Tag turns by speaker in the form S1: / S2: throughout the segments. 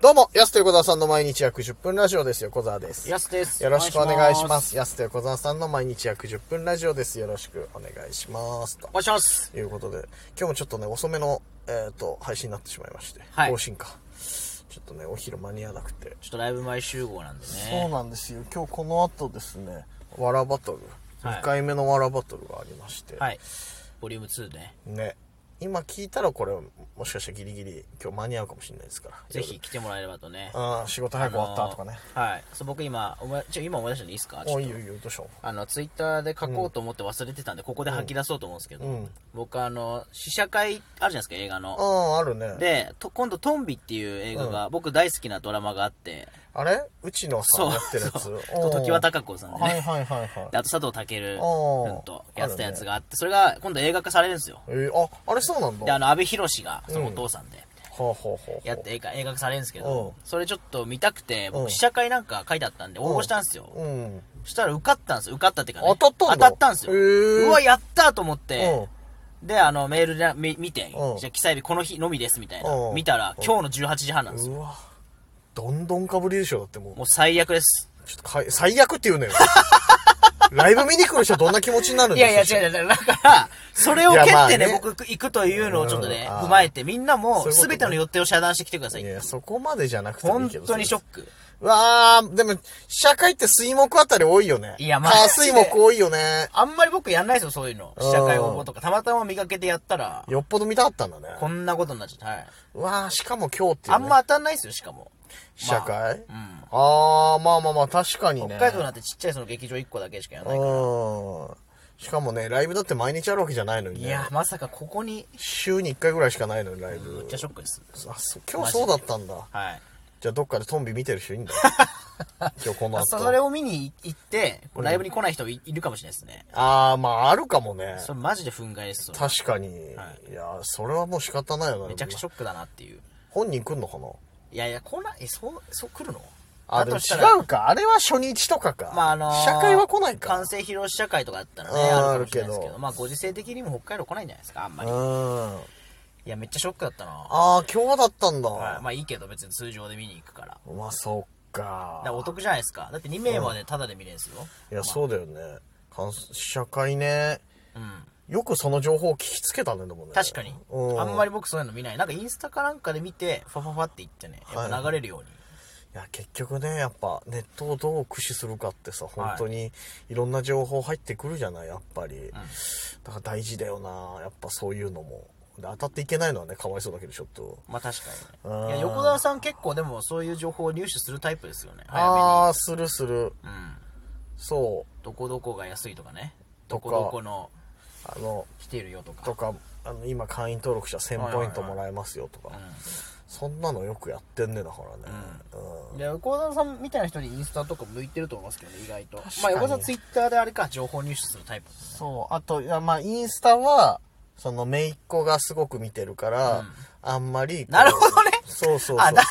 S1: どうも、安と横澤さんの毎日約10分ラジオです。横澤です。
S2: やすです。
S1: よろしくお願いします。。安と横澤さんの毎日約10分ラジオです。よろしくお願いします。と
S2: お願いします。
S1: いうことで、今日もちょっとね、遅めの、えっ、と、配信になってしまいまして、
S2: はい
S1: 更新か。ちょっとね、お昼間に合わなくて。
S2: ちょっとライブ前集合なんで
S1: そう
S2: ね。
S1: なんですよ。今日この後ですね、わらバトル、
S2: はい
S1: 2回目のわらバトルがありまして、
S2: はい。ボリューム2ね。
S1: ね、今聞いたらこれ、もしかしたらギリギリ今日間に合うかもしれないですから。
S2: ぜひ来てもらえればとね。
S1: あー仕事早く終わったとかね。
S2: あのー。はい。そう、僕今、お前、ちょ、今思い出したのいいですかちょ
S1: お
S2: っと
S1: いいよいいよ、どうしよう。
S2: あの、ツイッターで書こうと思って忘れてたんで、ここで吐き出そうと思うんですけど、
S1: うん
S2: 僕あの、試写会あるじゃないですか、映画の。
S1: ああ、あるね。
S2: で、と今度、トンビっていう映画が、僕大好きなドラマがあって、
S1: あれうちのさん
S2: そう、
S1: やってるやつ。
S2: そう
S1: お
S2: と
S1: ー
S2: 常盤貴子さんでね。
S1: はいはいはいはい
S2: で。あと佐藤健君とやってたやつがあって、それが今度映画化されるんですよ。
S1: えー、あ、あれそうなんだ。
S2: で、
S1: は
S2: あの、安倍博が、そのお父さんで、
S1: あ、はあはあはあ
S2: やって映画映画化されるんですけど
S1: う、
S2: それちょっと見たくて、
S1: うん
S2: 僕、試写会なんか書いてあったんで、応募したんですよ。
S1: うん。
S2: そしたら受かったんですよ。受かったっていうか、ね、
S1: 当たったんだ
S2: 当たったんですよ。
S1: へー
S2: うわ、やったと思っ
S1: う
S2: て
S1: ん、。
S2: で、あの、メールでみ見て、
S1: うん
S2: じゃあ記載日この日のみですみたいな
S1: う。ん
S2: 見たら、今日の18時半なんですよ。
S1: うわ。どんどんかぶりでしょ、だってもう。
S2: もう最悪 です。
S1: ちょっとかい最悪って言うの よ。ライブ見に来る人どんな気持ちになるん
S2: い
S1: です
S2: やいや、違う 違う。だから、それを蹴
S1: いやまあ
S2: って
S1: ね
S2: ね、僕行くというのをちょっとね
S1: うん、あー
S2: 踏まえて、みんな
S1: そうい
S2: も
S1: うことね
S2: 全ての予定を遮断してきてくださ
S1: い
S2: い。
S1: や、そこまでじゃなくてもい
S2: 本
S1: いけど。
S2: 当にショッ
S1: ク。
S2: ク。
S1: うわー、でも、社会って水木あたり多いよね。
S2: いや
S1: ま
S2: マ
S1: あ。
S2: ジ
S1: 火水
S2: で
S1: 木多いよね。
S2: あんまり僕やんないですよ、そういうの。
S1: うん
S2: 試写会応募とか。たまたま見かけてやったら、
S1: よっぽど見たかったんだね。
S2: こんなことになっちゃった。はい。
S1: うわー、しかも今日っていう、
S2: あ
S1: ね。
S2: んま当たんないですよ、しかも。
S1: 社会、
S2: まあ
S1: あー、まあまあまあ、確かに
S2: うん。
S1: ね。
S2: 北海道なんてちっちゃいその劇場1個だけしかやんないから。
S1: うん。しかもね、ライブだって毎日あるわけじゃないのに
S2: い
S1: ね。
S2: や、まさかここに、
S1: 週に1回ぐらいしかないのに、ライ
S2: めっ
S1: ブ。
S2: ちゃショックです。
S1: あそう今日そうだったんだ。
S2: はい。
S1: じゃあ、どっかでトンビ見てる人いいんだ 今日この
S2: まあ、
S1: 後。
S2: それを見に行って、ライブに来ない人いいるかもしれないですね。
S1: あー、まあ、あるかもね。
S2: それマジで憤慨です。それ
S1: 確かに。い、や、それはもう仕方ないよな。
S2: めちゃくちゃショックだなっていう。
S1: 本人来んのかない
S2: やいや、来ない、え、そう、そう来るの
S1: あ、
S2: だ
S1: で
S2: と
S1: も
S2: したら
S1: 違うか。あれは初日とかか。
S2: まああのー
S1: 社会は来ないか。
S2: 完成披露試写会とかだったらね、
S1: あー
S2: あるかもしれないです
S1: ある
S2: け
S1: けど
S2: ど、まあご時世的にも北海道来ないんじゃないですか、あんま
S1: う
S2: り。い
S1: ん。
S2: や、めっちゃショックだったな。
S1: あー、今日だったんだ。
S2: はいまあいいけど別に通常で見に行くから。だか
S1: まあ、そっから
S2: お得じゃないですか。だって2名までタダで見れるんですよ。
S1: いや、そうだよね。感試写会ね。
S2: うん。
S1: よくその情報を聞きつけたね、でもね。
S2: 確かに。
S1: うん。
S2: あんま
S1: り。
S2: り僕そういうの見ない。なんかインスタかなんかで見て、ファファファって言ってね、やっぱ流れるよう
S1: い
S2: に。
S1: や、結局ね、やっぱ、ネットをどう駆使するかってさ、本当に、いろんな情報入ってくるじゃない、やっぱり。だから大事だよな、やっぱそういうのも。で当たっていけないのはね、かわいそうだけど、ちょっと。
S2: まあ確かに
S1: うん
S2: ね。いや、横澤さん結構でもそういう情報を入手するタイプですよね。早めに。
S1: あー、するする。
S2: うん。
S1: そう。
S2: どこどこが安いとかね。
S1: と
S2: ど
S1: か
S2: こどこの
S1: あの、
S2: 来てるよと
S1: と
S2: か。
S1: か、あの、今会員登録者1000
S2: はい
S1: ポ
S2: は
S1: イン
S2: いはい
S1: トもらえますよとか。
S2: う
S1: そんなのよくやってんね、だからね。うん
S2: ん。で、横澤さんみたいな人にインスタとか向いてると思いますけどね、意外と。ま
S1: かに
S2: あ横澤さんツイッターであれか、情報入手するタイプ。
S1: そう。あと、いやまあ、インスタは、その、姪っ子がすごく見てるから、あんまり。
S2: なるほどね
S1: そうそうそう。
S2: あだ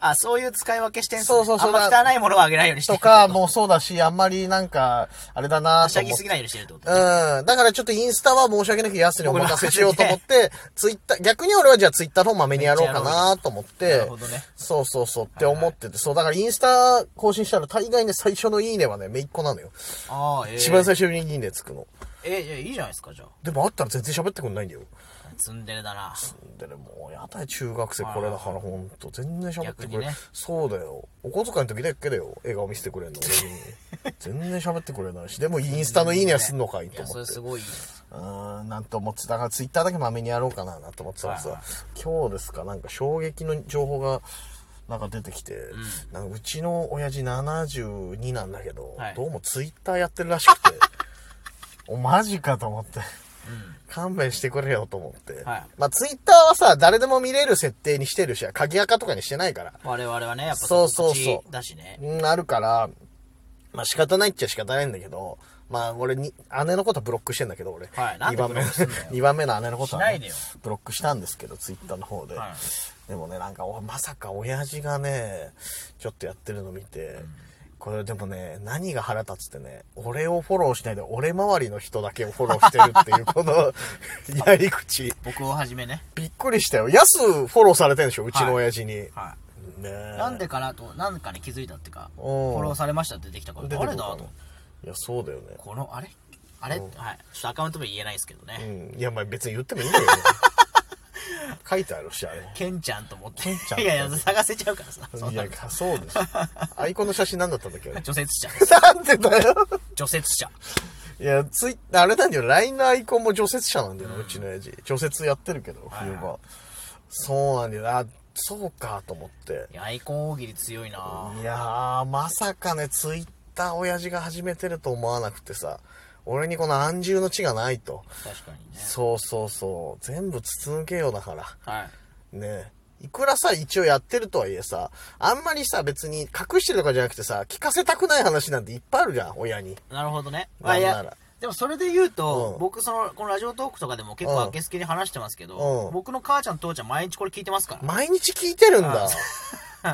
S2: あ、そういう使い分けしてんすね
S1: そうそうそう
S2: あんま汚いものはあげないようにして
S1: と
S2: る。
S1: か、もうそうだし、あんまりなんか、あれだな
S2: はし
S1: と
S2: ゃぎ
S1: 思っ
S2: す
S1: て。
S2: ぎないようにしてるってこと
S1: うん。だからちょっとインスタは申し訳なく安にお任せしようと思 って、ツイッター、逆に俺はじゃあツイッターの方まめにやろうかなと思って。
S2: なるほどね
S1: そうそうそうって思ってて、そう、だからインスタ更新したら大概ね、最初のいいねはね、姪っ子なのよ。
S2: ああ、ええ
S1: 一番最初にいいねつくの。
S2: ええ、いいじゃないですか、じゃあ。
S1: でも会ったら全然喋ってくんないんだよ。
S2: ツンデレだな。
S1: でね、もうやだよ、中学生これだから、ほんと。全然喋ってく
S2: 逆
S1: れ、
S2: にね
S1: そうだよ。お小遣いの時だけだよ。笑顔見せてくれんの、俺に。全然喋ってくれないし。でも、インスタのいいねはすんのかい
S2: い
S1: と
S2: や、そ
S1: 思
S2: れ
S1: って。
S2: す
S1: う
S2: ごいいい。
S1: ーん、なんと思って。だから、ツイッターだけまめにやろうかな、なんて思ってたら
S2: はい
S1: さ、今日ですか、なんか衝撃の情報が、なんか出てきて、うなんかうちの親父72なんだけど、
S2: はい
S1: どうもツイッターやってるらしく て、お、マジかと思って。勘弁してくれよと思って。
S2: はい
S1: まあ、ツイッターはさ、誰でも見れる設定にしてるし、鍵垢とかにしてないから。
S2: 我々はね、やっぱ
S1: そうそうそう
S2: 告知だしね。
S1: うん、あるから、まあ仕方ないっちゃ仕方ないんだけど、まあ俺に、姉のことはブロックしてんだけど、俺。
S2: はいなん
S1: 2
S2: で
S1: 番目
S2: ブロックすんだよ
S1: の、二番目の姉のことは、
S2: しないでよ
S1: ブロックしたんですけど、ツイッターの方で。
S2: は
S1: でもね、なんかお、まさか親父がね、ちょっとやってるの見て、これでもね、何が腹立つってね、俺をフォローしないで、俺周りの人だけをフォローしてるっていう このやり口。
S2: 僕をはじめね。
S1: びっくりしたよ。ヤスフォローされてるんでしょうちの親父に。
S2: は
S1: ね
S2: い。
S1: え
S2: なんでかなと、なんかに気づいたっていうか、フ
S1: おう
S2: ォローされましたって出てきたから、
S1: 出てく
S2: 誰
S1: る
S2: だ
S1: かな
S2: と。
S1: いや、そうだよね。
S2: この、あれあれはい。ちょっとアカウント名言えないですけどね。
S1: うん。いや、まあ別に言っても いいんだよ、ね。書いてあるし、あれ。
S2: ケンちゃんと思って。
S1: ケンちゃん
S2: いやいや、探せちゃうからさ。そん
S1: い
S2: な
S1: や
S2: の、
S1: そうです。アイコンの写真なんだったん だっけど
S2: 除雪車。
S1: なんでだよ。
S2: 除雪車。
S1: いや、ツイあれなんだよ、LINE のアイコンも除雪車なんだよな、うちの親父。除雪やってるけど、冬
S2: はいは
S1: 場。そうなんだよな、あそうかと思って
S2: い。や、アイコン大喜利強いない
S1: やー、まさかね、ツイッター親父が始めてると思わなくてさ、俺にこの安住の地がないと。
S2: 確かにね。
S1: そうそうそう、全部筒抜けよだから。
S2: はい。
S1: ねえ。いくらさ、一応やってるとはいえさ、あんまりさ、別に隠してるとかじゃなくてさ、聞かせたくない話なんていっぱいあるじゃん、親に。
S2: なるほどね。
S1: なんなら
S2: まあいやでもそれで言うと、
S1: うん
S2: 僕その、このラジオトークとかでも結
S1: うん
S2: 構明けすけに話してますけど、
S1: うん
S2: 僕の母ちゃん父ちゃん毎日これ聞いてますから。
S1: 毎日聞いてるんだ。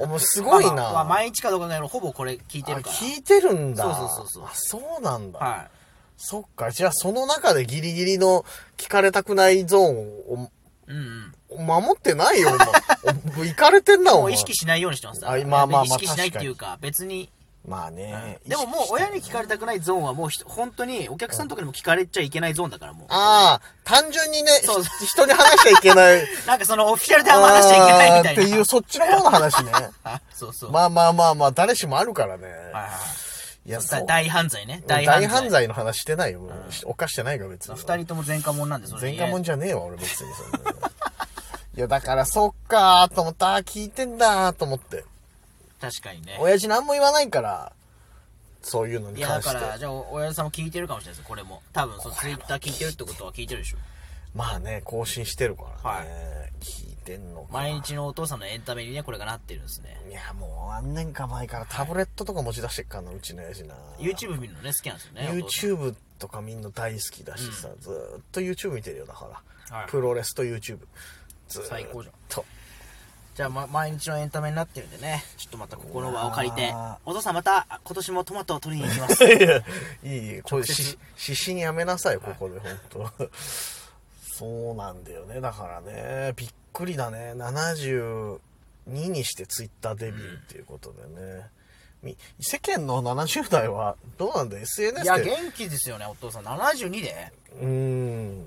S1: お前すごいな。
S2: まあまあ毎日かどうかだけど、ほぼこれ聞いてるか
S1: あ
S2: ら。
S1: 聞いてるんだ。
S2: そうそうそうそう
S1: あそうなんだ。
S2: は
S1: そっか。じゃあ、その中でギリギリの聞かれたくないゾーンを
S2: い。うんうん。
S1: お守ってないよ、 お前。いかれてんな、お
S2: もう
S1: 前。
S2: 意識しないようにしてます。
S1: あまあまあまあ
S2: 意識しないっていうか、別に。
S1: まあね。
S2: でももう親に聞かれたくないゾーンはもうひ本当にお客さんとかにも聞かれちゃいけないゾーンだからもう。
S1: ああ、単純にね、
S2: そう
S1: ひ人に話しちゃいけ ない。
S2: なんかそのオフィシャルであんま話しちゃいけないみたいな。
S1: あーっていう、そっちの方の話ね。
S2: あそうそう。
S1: まあまあまあまあ、誰しもあるからね。
S2: はいはいはい
S1: いや、
S2: だ
S1: そう
S2: 大犯罪ね。
S1: 大
S2: 大
S1: 犯
S2: 犯
S1: 罪
S2: 罪。
S1: の話してないよ。もう犯してないから別に。
S2: 二人とも前科者なんで、それ
S1: 前科
S2: 言え
S1: 者じゃねえわ、俺別にそんなの。いや、だから、そっかーと思った。あー聞いてんだーと思って。
S2: 確かにね。
S1: 親父何も言わないから、そういうの
S2: い
S1: に
S2: やだ
S1: 関し
S2: か
S1: て。
S2: らじゃあお親父さんも聞いてるかもしれないですこれも多分そのツイッター聞いてるってことは聞いてるでしょ
S1: まあね、更新してるからね。
S2: は
S1: 聞いてんのか。
S2: 毎日のお父さんのエンタメにねこれがなってるんですね
S1: いや、もう何年か前からタブレットとか持ち出してっからな、うちの親父な。
S2: YouTube 見るのね好きなんですよねお父さん
S1: YouTube とかみんな大好きだしさ、ずーっと YouTube 見てるよだから、
S2: はい
S1: プロレスと YouTube ずーっと
S2: 最高じゃん じゃあ、ま、毎日のエンタメになってるんでねちょっとまた心の輪を借り
S1: う
S2: て
S1: わ
S2: お父さんまたあ今年もトマトを取りに行きます
S1: いいいいこれし指針やめなさいここで本当そうなんだよねだからねびっくりだね72にして Twitter デビューっていうことでね、み世間の70代はどうなんだ SNS
S2: い
S1: っ
S2: や
S1: て
S2: 元気ですよねお父さん72で
S1: うーん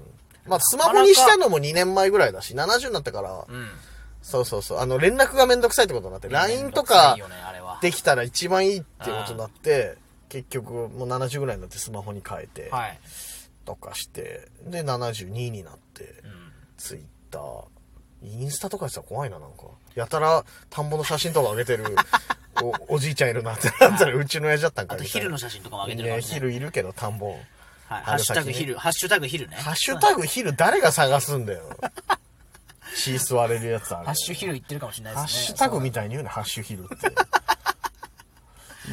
S1: まあスマホにしたのも2年前ぐらいだし70になってから、
S2: うん
S1: そうそうそう。あの、連絡がめんどくさいってことになって、LINE とか
S2: いいよねあれは
S1: できたら一番いいっていうことになって、結局もう70ぐらいになってスマホに変えて、
S2: はい、
S1: とかして、で、72になって
S2: う、ん、
S1: ツイッター、インスタとかしたら怖いな、なんか。やたら田んぼの写真とか上 げてるおおじいちゃんいるなってなったら、うちの親父だったんか
S2: あと昼の写真とかも上げてるか
S1: ね
S2: もしれない、
S1: 昼いるけど田んぼ。
S2: はい、ハッ
S1: 春
S2: シ
S1: 先
S2: ュ
S1: ね
S2: タグ昼、ハッシュタグ昼ね
S1: ハッシュタグ昼誰が探すんだよ。血吸われるやつある。
S2: ハッシュ昼言ってるかもしれないですね
S1: ハッシュタグみたいに言うね、ハッシュヒルって。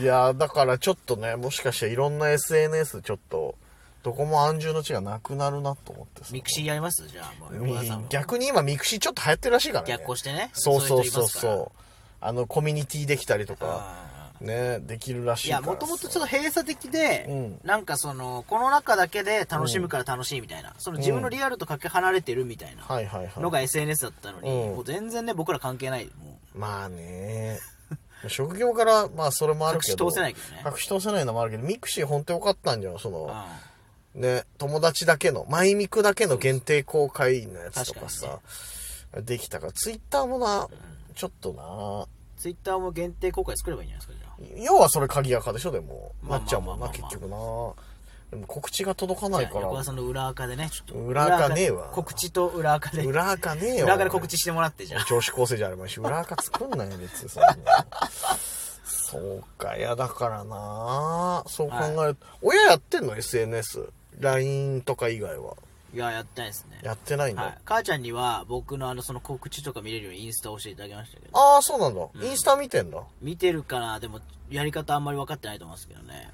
S1: いやーだからちょっとね、もしかしていろんな SNS ちょっと、どこも安住の地がなくなるなと思ってさ
S2: ミクシーやりますじゃあ、もう
S1: み
S2: 横田さんも
S1: 逆に今ミクシーちょっと流行ってるらしいからね。
S2: 逆行してね
S1: そうそうそう
S2: そういう人います
S1: そう。あの、コミュニティできたりとか、ね、できるらし
S2: い
S1: いか
S2: や、
S1: らさ。
S2: もともとちょっと閉鎖的で、
S1: うん
S2: なんかその、この中だけで楽しむから楽しいみたいな、その自分のリアルとかけ離れてるみたいな
S1: はいはい
S2: の
S1: は
S2: が
S1: い。
S2: SNS だったのに、
S1: うん
S2: もう全然ね、僕ら関係ない。も
S1: まあね。 職業から、まあそれもあるけど。
S2: 隠し通せないけどね
S1: 隠し通せないのもあるけど、ミクシー本当よかったんじゃん、その。
S2: う、うん
S1: ね、友達だけの、マイミクだけの限定公開のやつとかさ、できたから、ツイッターもな、ちょっとな、
S2: Twitter も限定公開作ればいいんじゃないですか、じ
S1: 要はそれ鍵垢でしょ、でも。
S2: ま
S1: な
S2: あ
S1: っちゃうもん
S2: ま
S1: な、
S2: あ
S1: 結
S2: まあまあ
S1: 局な。でも告知が届かない
S2: ゃあ。じ
S1: か
S2: ゃあ横田
S1: ら
S2: さ、んの裏垢でね、ちょっと。
S1: 裏垢ねえわ
S2: 告知と裏垢で。
S1: 裏垢ねえよ。
S2: 裏垢で告知してもらって、じ ゃあ。
S1: 調子構成じゃあるまいし、裏垢作んないよ、別にそんなそうか、いや、だからな、そう考えると、親やってんの ?SNS。LINE とか以外は。
S2: いや、やってないですね。
S1: やってないんだ。
S2: はい。母ちゃんには、僕のあの、その告知とか見れるようにインスタ教えていただきましたけど。
S1: ああ、そうなんだ。インスタ見てんだ。
S2: 見てるから、でも、やり方あんまり分かってないと思うんですけどね。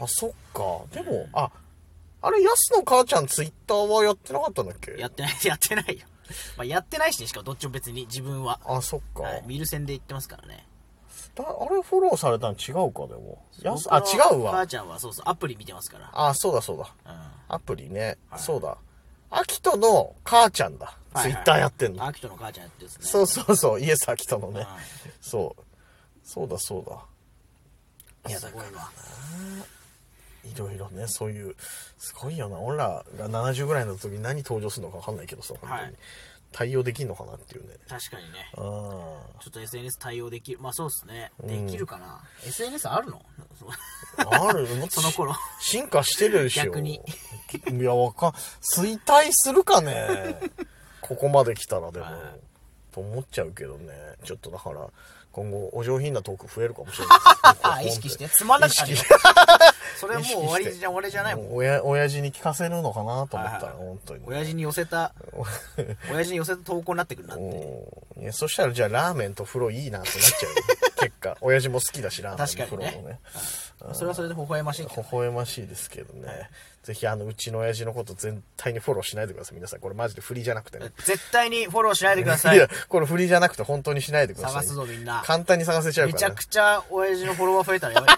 S1: あ、そっか。でも、あ、あれ、ヤスの母ちゃんツイッターはやってなかったんだっけ
S2: やってない、 やってないよ。まあ、やってないしね、しかもどっちも別に、自分は。
S1: あ、そっか。
S2: はい、見る線で言ってますからね。
S1: だあれフォローされたの違うかでもやすあ
S2: 僕
S1: 違
S2: の
S1: うわ
S2: 母ちゃんはそうそう、アプリ見てますから。
S1: あそうだそうだ
S2: う
S1: アプリね、そうだアキトの母ちゃんだ、
S2: ん。
S1: ツイッターやってんの
S2: アキトの母ちゃんやってるんですね。
S1: そうそうそうイエスアキトのね、
S2: うん
S1: そうそうだそうだいや
S2: すごいわ。
S1: いろいろね、そういう、すごいよな。俺らが70ぐらいの時に何登場するのか分かんないけどさ、本当に。
S2: はい
S1: 対応できんのかなってい うね。
S2: 確かにね。
S1: うん。あ
S2: ちょっと SNS 対応できる。まあそうですね。できるかな。SNS あるの
S1: る、もっと
S2: その頃
S1: 進化してるでしょ。
S2: 逆に。
S1: いや、わかん、衰退するかね。ここまで来たらでも。と思っちゃうけどね。ちょっとだから、今後、お上品なトーク増えるかもしれ ない。
S2: 意識して。つまんなくなる
S1: 意
S2: よ
S1: 識。
S2: それはもう終わりじゃ、俺じゃないもん。
S1: おや親父に聞かせるのかなと思ったら、
S2: はい
S1: 本当に。
S2: 親父に寄せた、親父に寄せた投稿になってくるなって。
S1: うんいやそしたらじゃあラーメンと風呂いいなってなっちゃ うよ結果親父も好きだしラーメン
S2: 確
S1: と
S2: かに
S1: 風
S2: ね
S1: 呂もね
S2: それはそれで微笑ましいけど
S1: 微笑ましいですけどねぜひあのうちの親父のこと全体にフォローしないでください皆さんこれマジでフリじゃなくてね
S2: 絶対にフォローしないでくださ
S1: い
S2: い
S1: や。これフリじゃなくて本当にしないでください
S2: 探すぞみんな
S1: 簡単に探せちゃう
S2: め
S1: か
S2: ち
S1: ら、
S2: ゃ
S1: ね
S2: く、ちゃ親父のフォロワー増えたらやばい。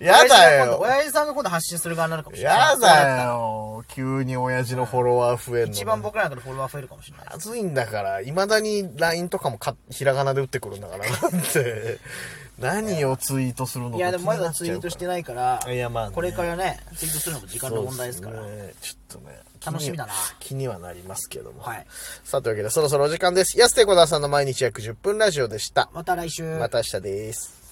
S1: やだよ
S2: 親父さんが今度発信する側になるかもしれない。
S1: やだよ急に親父のフォロワー増えるの、
S2: 一番僕らの中でフォロワー増えるかもしれない。
S1: まずいんだから、いまだに LINE とかもかひらがなで打ってくるんだから、なんて。何をツイートするのか
S2: いや、でもまだ
S1: 気
S2: ツ
S1: に
S2: イ
S1: な
S2: ー
S1: っちゃうから
S2: トしてないから、
S1: いやまあね
S2: これからね、ツイートするのも時間の問題ですから。
S1: そうねちょっとね。
S2: 楽しみだな
S1: 気には気にはなりますけども。
S2: はい
S1: さあ、というわけでそろそろお時間です。安手小田さんの毎日約10分ラジオでした。
S2: また来週。
S1: また明日です。